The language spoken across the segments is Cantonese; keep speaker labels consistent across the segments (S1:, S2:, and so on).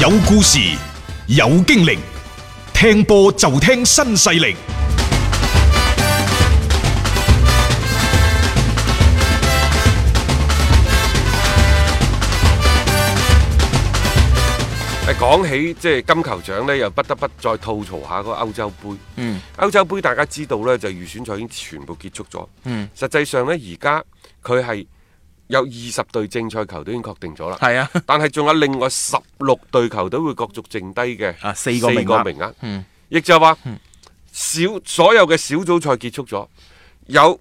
S1: 有故事，有經歷，聽波就聽新勢力。
S2: 誒講起即係金球獎呢，又不得不再吐槽下嗰個歐洲杯。
S3: 嗯，
S2: 歐洲杯大家知道呢，就預選賽已經全部結束咗。
S3: 嗯，
S2: 實際上呢，而家佢係有二十隊正賽球隊已經確定咗啦。
S3: 係 啊，
S2: 但係仲有另外十六隊球隊會角逐剩低嘅
S3: 啊四個名額
S2: 額
S3: 嗯，
S2: 亦就係話小所有嘅小組賽結束咗，有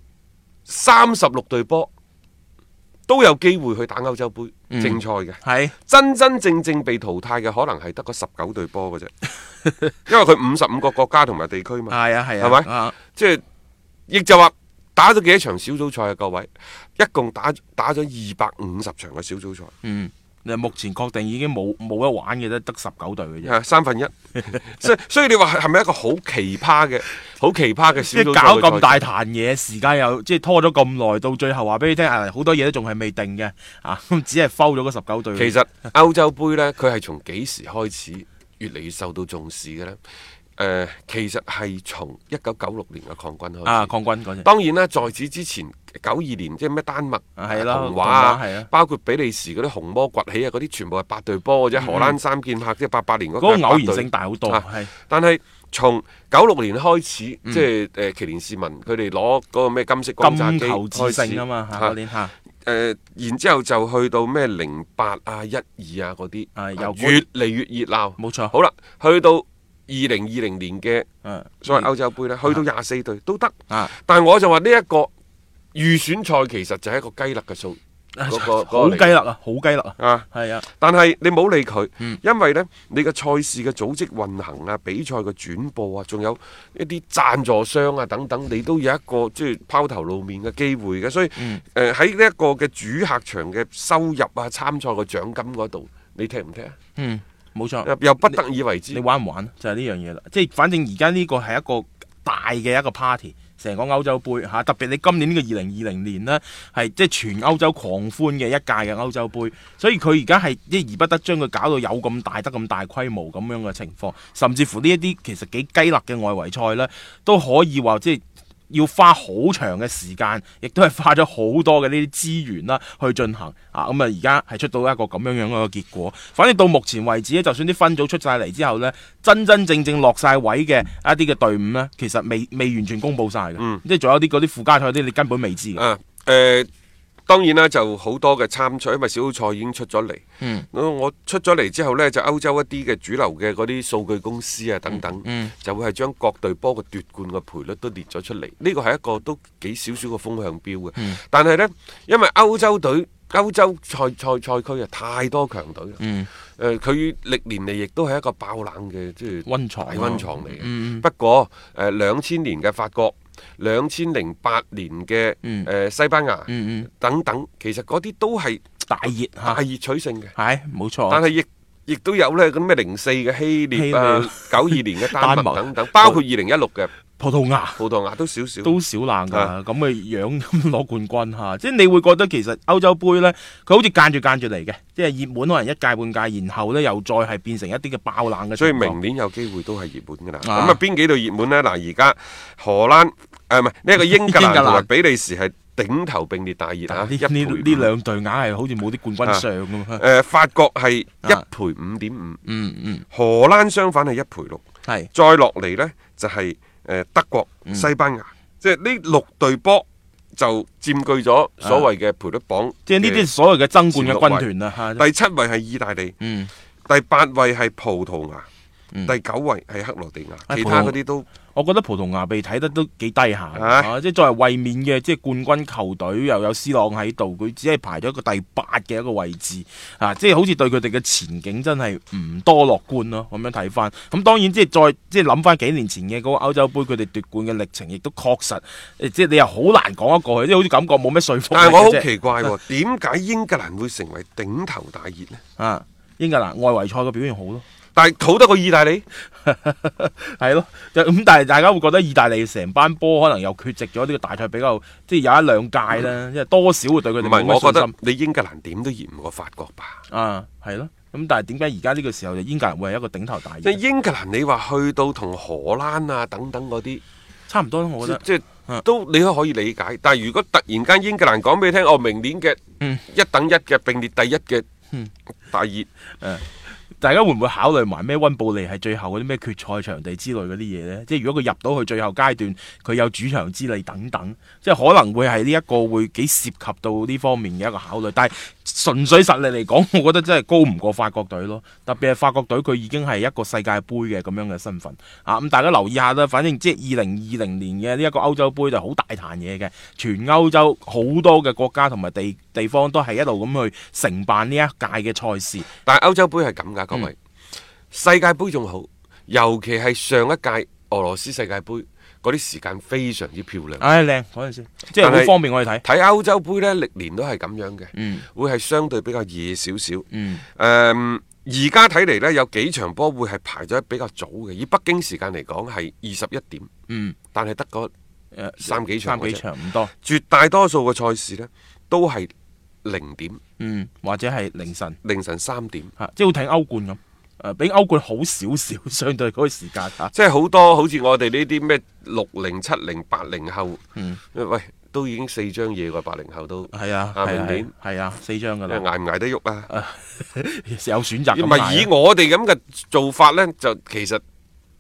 S2: 三十六隊波都有機會去打歐洲杯
S3: 嗯
S2: 正賽嘅。
S3: 係
S2: 真真正正被淘汰嘅可能係得嗰十九隊波嘅啫， 因為佢五十五個國家同埋地區嘛，
S3: 係啊係
S2: 係
S3: 啊，
S2: 咪
S3: 啊
S2: 即係亦就話打咗幾多場小組賽啊？各位，一共打打咗二百五十場嘅小組賽，
S3: 嗯，你目前確定已經冇冇得玩嘅咧，得十九隊嘅啫。
S2: 係啊三分一， 所以所以你話係係咪一個好奇葩嘅、好奇葩嘅小
S3: 即係
S2: 組賽
S3: 搞
S2: 嘅
S3: 咁大
S2: 賽事？
S3: 壇嘢，時間又即係拖咗咁耐，到最後話俾你聽，啊好多嘢都仲係未定嘅，啊 咁只係摟咗嗰十九隊。
S2: 其實歐洲杯呢，佢係從幾時開始越嚟越受到重視嘅呢？誒、其實係從一九九六年嘅抗軍開始。
S3: 啊，抗軍嗰陣，
S2: 當然啦，在此之前九二年即係咩丹麥
S3: 啊係啦
S2: 童話
S3: 童話係啊
S2: 啊，包括比利時嗰啲紅魔崛起啊，嗰啲全部係八隊波嘅啫。荷蘭三劍客即係八八年嗰屆
S3: 嗯嗰
S2: 係
S3: 個
S2: 八
S3: 偶然
S2: 隊
S3: 性大好多，
S2: 啊
S3: 係嗯
S2: 但係從九六年開始，即係誒祁連市民佢哋攞嗰個咩金色轟炸
S3: 金
S2: 機
S3: 球致
S2: 開始
S3: 勝啊嘛，嚇
S2: 嚇
S3: 嗰年嚇。
S2: 誒，然之後就去到咩零八啊、一二啊嗰啲，
S3: 啊又
S2: 越嚟越熱鬧。
S3: 冇錯
S2: 好啦，去到二零二零年嘅
S3: 嗯
S2: 所謂歐洲杯呢，去到廿四隊都得。
S3: 啊，
S2: 但我就話呢一個預選賽其實就係一個雞肋嘅數，嗰個嗰
S3: 好
S2: 個
S3: 雞肋啊，好雞肋啊，
S2: 啊！
S3: 係啊，
S2: 但係你冇理佢，
S3: 嗯
S2: 因為呢，你嘅賽事嘅組織運行啊、比賽嘅轉播啊，仲有一啲贊助商啊等等，你都有一個即係拋頭露面嘅機會嘅。所以
S3: 嗯
S2: 誒喺呢一個嘅主客場嘅收入啊、參賽嘅獎金嗰度，你踢唔踢啊？
S3: 嗯，冇錯。
S2: 又不得已為之
S3: 你。玩唔玩就係呢樣嘢啦。即係反正而家呢個係一個大嘅一個 party，成個歐洲杯嚇、特別你今年呢個二零二零年呢，係即係全歐洲狂歡嘅一屆嘅歐洲杯，所以佢而家係即係而不得將佢搞到有咁大得咁大規模咁樣嘅情況，甚至乎呢一啲其實幾雞肋嘅外圍賽呢，都可以話即係。要花好長嘅時間，亦都係花咗好多嘅呢啲資源啦，去進行啊。咁啊，而家係出到一個咁樣樣嘅結果。反正到目前為止咧，就算啲分組出晒嚟之後呢，真真正正落晒位嘅一啲嘅隊伍呢，其實未未完全公佈晒嘅，
S2: 嗯
S3: 即係仲有啲嗰啲附加賽嗰啲，你根本未知嘅。
S2: 啊，誒、當然啦，就好多嘅參賽，因為小組賽已經出咗嚟。
S3: 嗯
S2: 我我出咗嚟之後呢，就歐洲一啲嘅主流嘅嗰啲數據公司啊等等，
S3: 嗯
S2: 就會係將各隊波嘅奪冠嘅賠率都列咗出嚟。呢個係一個都幾少少嘅風向標嘅。
S3: 嗯
S2: 但係呢，因為歐洲隊、歐洲賽賽賽區啊太多強隊啦。
S3: 嗯
S2: 誒佢歷年嚟亦都係一個爆冷嘅即係
S3: 溫床
S2: 大
S3: 啊
S2: 溫床嚟嘅。
S3: 嗯
S2: 不過誒兩千年嘅法國，兩千零八年嘅誒、
S3: 嗯
S2: 呃西班牙、
S3: 嗯嗯，
S2: 等等，其實嗰啲都係
S3: 大熱
S2: 大
S3: 嚇哦
S2: 熱，取勝嘅。
S3: 係冇錯。
S2: 但係亦亦都有呢咁咩零四嘅希臘啊，九二年嘅丹
S3: 丹麥
S2: 麥等等，包括二零一六嘅
S3: 葡萄牙。
S2: 葡萄牙都少少。
S3: 都少冷㗎，
S2: 啊
S3: 咁嘅樣咁攞冠軍嚇，即係 你會覺得其實歐洲杯呢，佢好似間住間住嚟嘅，即係熱門可能一屆半屆，然後呢又再係變成一啲嘅爆冷嘅情況。
S2: 所以明年有機會都係熱門㗎啦。咁
S3: 啊
S2: 啊，邊幾隊熱門呢？嗱，而家荷蘭呃誒唔係呢一個英格
S3: 英
S2: 蘭
S3: 格蘭
S2: 同埋比利時係頂頭並列大熱
S3: 呢
S2: 啊！一
S3: 呢
S2: 賠五
S3: 呢兩隊硬係好似冇啲冠軍上咁啊。
S2: 誒法國係一
S3: 啊
S2: 賠五點五，
S3: 嗯嗯，
S2: 荷蘭相反係一賠六，
S3: 係
S2: 再落嚟呢，就係、誒德國、
S3: 嗯
S2: 西班牙，即係呢六隊波就佔據咗所謂嘅賠率榜。
S3: 啊即係呢啲所謂嘅爭冠嘅軍團啦嚇。
S2: 嘅第七位係意大利，
S3: 嗯，
S2: 第八位係葡萄牙，
S3: 嗯
S2: 第九位係克羅地
S3: 哎
S2: 亞，其他嗰啲都
S3: 我覺得葡萄牙被睇得都幾低下嘅
S2: 啊
S3: 啊即係作為衛冕嘅即係冠軍球隊，又有 C 朗喺度，佢只係排咗一個第八嘅一個位置啊！即係好似對佢哋嘅前景真係唔多樂觀咯。咁樣睇翻，咁當然即係再即係諗翻幾年前嘅嗰個歐洲杯，佢哋奪冠嘅歷程，亦都確實誒即係你又好難講得過去，即係好似感覺冇咩說服力嘅
S2: 但
S3: 啫。
S2: 係我好奇怪喎，點解英格蘭會成為頂頭大熱呢？
S3: 啊！英格蘭外圍賽嘅表現好咯。
S2: 但係好得過意大利，
S3: 係咯，就咁但係大家會覺得意大利成班波可能又缺席咗呢個大賽比較，即係有一兩屆啦，因為多少會對佢
S2: 嗯唔係
S3: 哋冇乜
S2: 我覺
S3: 信
S2: 得
S3: 心
S2: 你英格蘭點都熱唔過法國吧？
S3: 啊，係咯。咁但係點解而家呢個時候就英格蘭會係一個頂頭大
S2: 即係
S3: 熱？
S2: 英格蘭，你話去到同荷蘭啊等等嗰啲，
S3: 差唔多啦，我覺
S2: 即
S3: 得。
S2: 即
S3: 嗯
S2: 係都你都可以理解。但係如果突然間英格蘭講俾你聽，我明年嘅
S3: 嗯
S2: 一等一嘅並列第一嘅
S3: 嗯
S2: 大熱，
S3: 大家會唔會考慮埋咩温布利係最後嗰啲咩決賽場地之類嗰啲嘢呢？即係如果佢入到去最後階段，佢有主場之利等等，即係可能會係呢一個會幾涉及到呢方面嘅一個考慮。但係純粹實力嚟講，我覺得真係高唔過法國隊咯。特別係法國隊，佢已經係一個世界盃嘅咁樣嘅身份啊！咁大家留意下啦，反正即係二零二零年嘅呢一個歐洲杯就好大壇嘢嘅，全歐洲好多嘅國家同埋地地方都係一路咁去承辦呢一屆嘅賽事。
S2: 但係歐洲杯係咁㗎，
S3: 嗯
S2: 各位。世界盃仲好，尤其係上一屆俄羅斯世界盃嗰啲時間非常之漂亮。
S3: 唉，靚嗰陣時，啊即係
S2: 但
S3: 好
S2: 係
S3: 方便我哋睇。
S2: 睇歐洲杯呢，歷年都係咁樣嘅，
S3: 嗯
S2: 會係相對比較夜少少。誒、
S3: 嗯
S2: 而家睇嚟呢，有幾場波會係排咗比較早嘅，以北京時間嚟講係二十一點，
S3: 嗯，
S2: 但係得嗰
S3: 誒
S2: 嗯三幾場
S3: 三幾
S2: 嗰隻
S3: 場唔多，
S2: 絕大多數嘅賽事呢，都係零點、
S3: 嗯，或者係凌晨
S2: 凌晨三點，
S3: 嚇，即係好睇歐冠咁。誒，比歐冠好少少，相對嗰個時間啊嚇。
S2: 即係好多好似我哋呢啲咩六零、七零、八零後，
S3: 嗯
S2: 喂，都已經四張嘢喎，八零後都。
S3: 係啊，
S2: 啊
S3: 係啊
S2: 明年
S3: 係啊，四張㗎
S2: 因為
S3: 啦，
S2: 捱唔捱得喐啊？
S3: 有選擇咁
S2: 唔
S3: 買啊
S2: 係以我哋咁嘅做法呢，就其實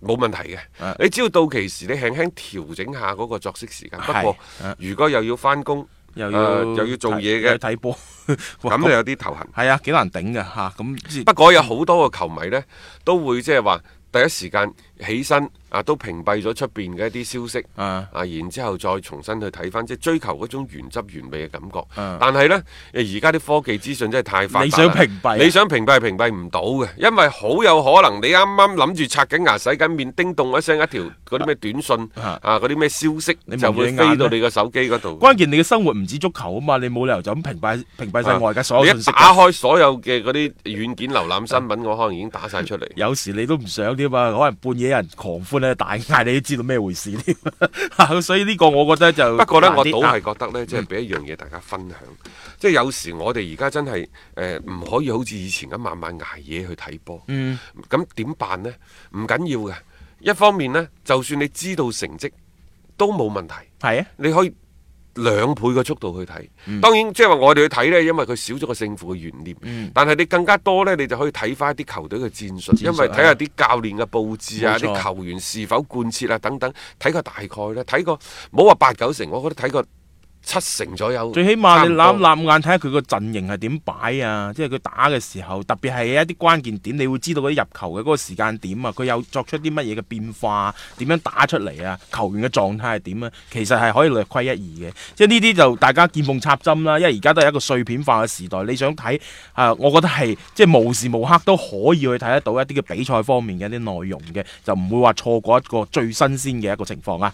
S2: 冇問題
S3: 啊
S2: 嘅。你只要到期時，你輕輕調整下嗰個作息時間。不
S3: 係
S2: 過
S3: 啊
S2: 如果又要翻工，
S3: 又
S2: 呃
S3: 要
S2: 又要做嘢嘅
S3: 又要睇波， 哇
S2: 咁就有啲頭痕。
S3: 係啊，幾難頂㗎嚇。咁即係
S2: 不過有好多個球迷呢，都會即係話第一時間起身啊，都屏蔽咗出邊嘅一啲消息。
S3: 啊，
S2: 啊，然之後再重新去睇翻，即係追求嗰種原汁原味嘅感覺。
S3: 嗯
S2: 但係呢，誒而家啲科技資訊真係太發達啦
S3: 你想屏蔽啊
S2: 你想屏蔽係屏蔽唔到嘅，因為好有可能你啱啱諗住刷緊牙、洗緊面，叮咚一聲一條嗰啲咩短信
S3: 啊
S2: 啊，嗰啲咩消息
S3: 你
S2: 就會
S3: 蒙住眼
S2: 飛到
S3: 咧
S2: 你個手機嗰度。
S3: 關鍵你嘅生活唔止足球啊嘛，你冇理由就咁屏蔽屏蔽晒外界所
S2: 啊你
S3: 有
S2: 一
S3: 信息㗎。啊
S2: 打開所有嘅嗰啲軟件瀏覽新聞，我可能已經打晒出嚟。
S3: 有時你都唔想添嘛，可能半夜有人狂歡咧，大嗌你都知道咩回事添。 嚇所以呢個我覺得就
S2: 不過呢，
S3: 難
S2: 我
S3: 啲
S2: 倒
S3: 啊
S2: 係覺得呢，即係俾一樣嘢大家分享，即係有時我哋而家真係誒唔可以好似以前咁慢慢捱夜去睇波。
S3: 嗯
S2: 咁點辦呢？唔緊要嘅。一方面呢，就算你知道成績都冇問題，
S3: 係啊，
S2: 你可以兩倍嘅速度去睇。當然，即係話我哋去睇呢，因為佢少咗個勝負嘅懸念。
S3: 嗯
S2: 但係你更加多呢，你就可以睇翻一啲球隊嘅戰術，
S3: 戰術
S2: 因為睇下啲教練嘅佈置啊，
S3: 冇錯
S2: 啲球員是否貫徹啊等等，睇個大概呢，睇個冇話八九成，我覺得睇個七成左右。
S3: 最起碼你
S2: 差
S3: 攬
S2: 唔多
S3: 攬眼睇下佢個陣型係點擺啊，即係佢打嘅時候，特別係一啲關鍵點，你會知道嗰啲入球嘅嗰個時間點啊，佢有作出啲乜嘢嘅變化啊，點樣打出嚟啊，球員嘅狀態係點啊，其實係可以略窺一二嘅。即係呢啲就大家見縫插針啦，因為而家都係一個碎片化嘅時代，你想睇啊，我覺得係即係無時無刻都可以去睇得到一啲嘅比賽方面嘅一啲內容嘅，就唔會話錯過一個最新鮮嘅一個情況啊。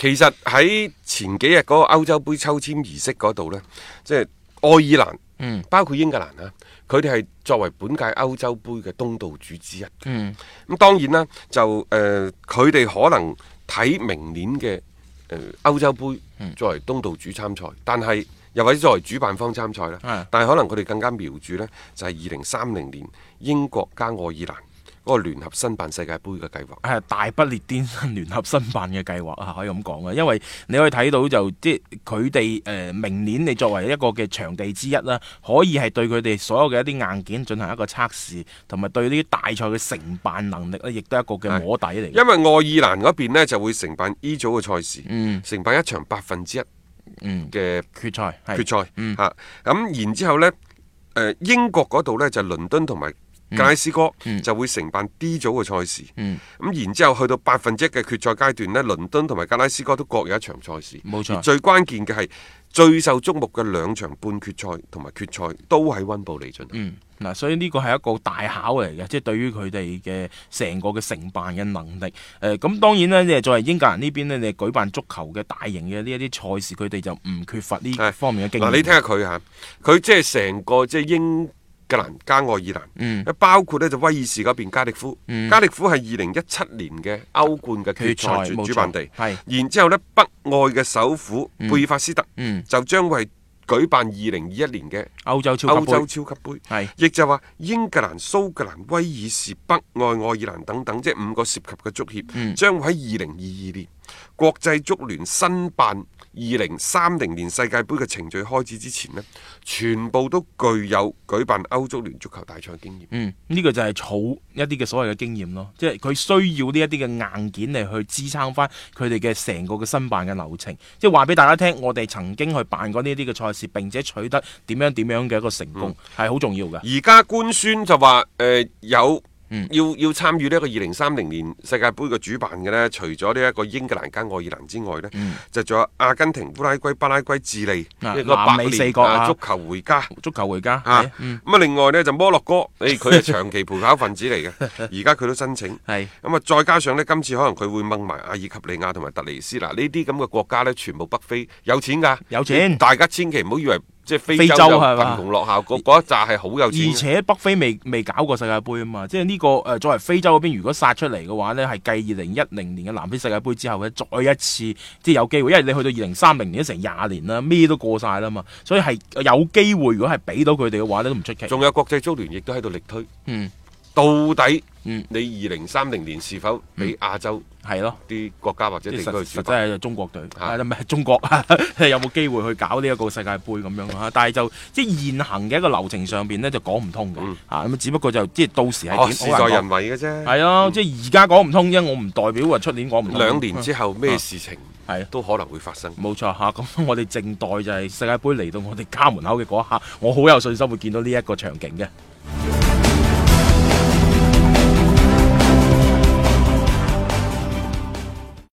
S2: 其實喺前幾日嗰個歐洲杯抽籤儀式嗰度呢，即係愛爾蘭。
S3: 嗯
S2: 包括英格蘭啊，佢哋係作為本屆歐洲杯嘅東道主之一。
S3: 嗯
S2: 咁當然啦，就誒佢哋可能睇明年嘅誒、呃、歐洲杯
S3: 嗯
S2: 作為東道主參賽，但係又或者作為主辦方參賽
S3: 係
S2: 啦。但係可能佢哋更加瞄住呢，就係二零三零年英國加愛爾蘭嗰個聯合申辦世界盃嘅計劃。
S3: 係大不列顛聯合申辦嘅計劃啊，可以咁講啊，因為你可以睇到就即係佢哋誒明年你作為一個嘅場地之一啦，可以係對佢哋所有嘅一啲硬件進行一個測試，同埋對呢啲大賽嘅承辦能力咧，亦都係一個嘅
S2: 係
S3: 摸底嚟嘅。
S2: 因為愛爾蘭嗰邊呢，就會承辦 E 組嘅賽事，
S3: 嗯
S2: 承辦一場百分之一
S3: 嗯，
S2: 嘅
S3: 決賽係
S2: 決賽
S3: 嗯
S2: 呃嚇。咁、然之後呢，誒、英國嗰度呢，就倫敦同埋格拉斯哥
S3: 嗯
S2: 就會承辦 D 組嘅賽事。
S3: 嗯，
S2: 咁然之後去到八分之一嘅決賽階段呢，倫敦同埋格拉斯哥都各有一場賽事。
S3: 冇錯
S2: 而最關鍵嘅係最受矚目嘅兩場半決賽同埋決賽都喺温布利進行。
S3: 嗯，嗱，所以呢個係一個大考嚟嘅，即係對於佢哋嘅成個嘅承辦嘅能力。誒、咁當然咧，你係作為英格蘭呢邊咧，你係舉辦足球嘅大型嘅呢一啲賽事，佢哋就唔缺乏呢
S2: 係
S3: 方面嘅經驗。
S2: 嗱，你聽下佢嚇，佢即係成個即係英格蘭加愛爾蘭，
S3: 嗯
S2: 包括呢就威爾士嗰邊加迪夫，
S3: 嗯
S2: 加迪夫係二零一七年嘅歐冠嘅決
S3: 決賽
S2: 賽
S3: 冇
S2: 主
S3: 錯
S2: 主辦地，
S3: 係
S2: 然之後呢，北愛嘅首府
S3: 嗯
S2: 貝爾法斯特
S3: 嗯
S2: 就將會係舉辦二零二一年嘅
S3: 歐洲超
S2: 歐
S3: 級
S2: 洲
S3: 杯
S2: 超級杯。
S3: 係
S2: 亦就話英格蘭、蘇格蘭、威爾士、北愛、愛爾蘭等等，即係五個涉及嘅足協，
S3: 嗯
S2: 將會喺二零二二年國際足聯申辦二零三零年世界盃嘅程序開始之前呢，全部都具有舉辦歐足聯足球大賽經驗。
S3: 嗯，呢、個就係儲一啲嘅所謂嘅經驗咯，即係佢需要呢一啲嘅硬件嚟去支撐翻佢哋嘅成個嘅申辦嘅流程，即係話俾大家聽，我哋曾經去辦過呢啲嘅賽事，並且取得點樣點樣嘅一個成功，係好、重要嘅。
S2: 而家官宣就話誒、呃有。
S3: 嗯
S2: 要要參與呢一個二零三零年世界盃嘅主辦嘅呢，除咗呢一個英格蘭加愛爾蘭之外呢，就仲有阿根廷、烏拉圭、巴拉圭、智利
S3: 嗯啊
S2: 呢個
S3: 南
S2: 百
S3: 美
S2: 年
S3: 四國啊
S2: 足球回家。
S3: 足球回家，
S2: 啊
S3: 係，嗯，
S2: 咁啊，另外呢，就摩洛哥， 誒佢係長期陪跑分子嚟 嘅，而家佢都申請。
S3: 係
S2: 咁啊，再加上呢，今次可能佢會掹埋阿爾及利亞同埋突尼斯，嗱呢啲咁嘅國家呢，全部北非有錢 㗎，
S3: 有錢
S2: 大家千祈唔好以為即係非
S3: 非
S2: 洲
S3: 洲
S2: 就
S3: 係嘛
S2: 貧窮落後，嗰嗰一紮係好有錢
S3: 而
S2: 嘅。
S3: 且北非未未搞過世界盃啊嘛，即係呢、個誒、呃作為非洲嗰邊，如果殺出嚟嘅話呢係繼二零一零年嘅南非世界盃之後咧，再一次即係有機會，因為你去到二零三零年都成廿年啦，咩都過晒啦嘛，所以係有機會，如果係俾到佢哋嘅話呢，都唔出奇。
S2: 仲有國際足聯亦都喺度力推，
S3: 嗯，
S2: 到底
S3: 嗯
S2: 你二零三零年是否俾亞洲
S3: 係咯。
S2: 啲國家或者
S3: 即
S2: 地
S3: 係
S2: 區
S3: 實
S2: 主
S3: 實
S2: 辦？
S3: 質係中國隊，
S2: 嚇
S3: 啊唔係中國 有冇機會去搞呢一個世界盃咁樣嚇？但係就即係現行嘅一個流程上邊呢，就講唔通嘅
S2: 嗯
S3: 嚇，咁、啊只不過就即係到時係
S2: 哦，
S3: 點
S2: 事
S3: 好難
S2: 在
S3: 講
S2: 人為嘅啫。
S3: 係啊，即係而家講唔通啫，我唔代表話出年講唔通。
S2: 兩年之後咩事情
S3: 嗯係啊
S2: 都可能會發生。
S3: 冇錯嚇，咁、我哋靜待就係世界盃嚟到我哋家門口嘅嗰一刻，我好有信心會見到呢一個場景嘅。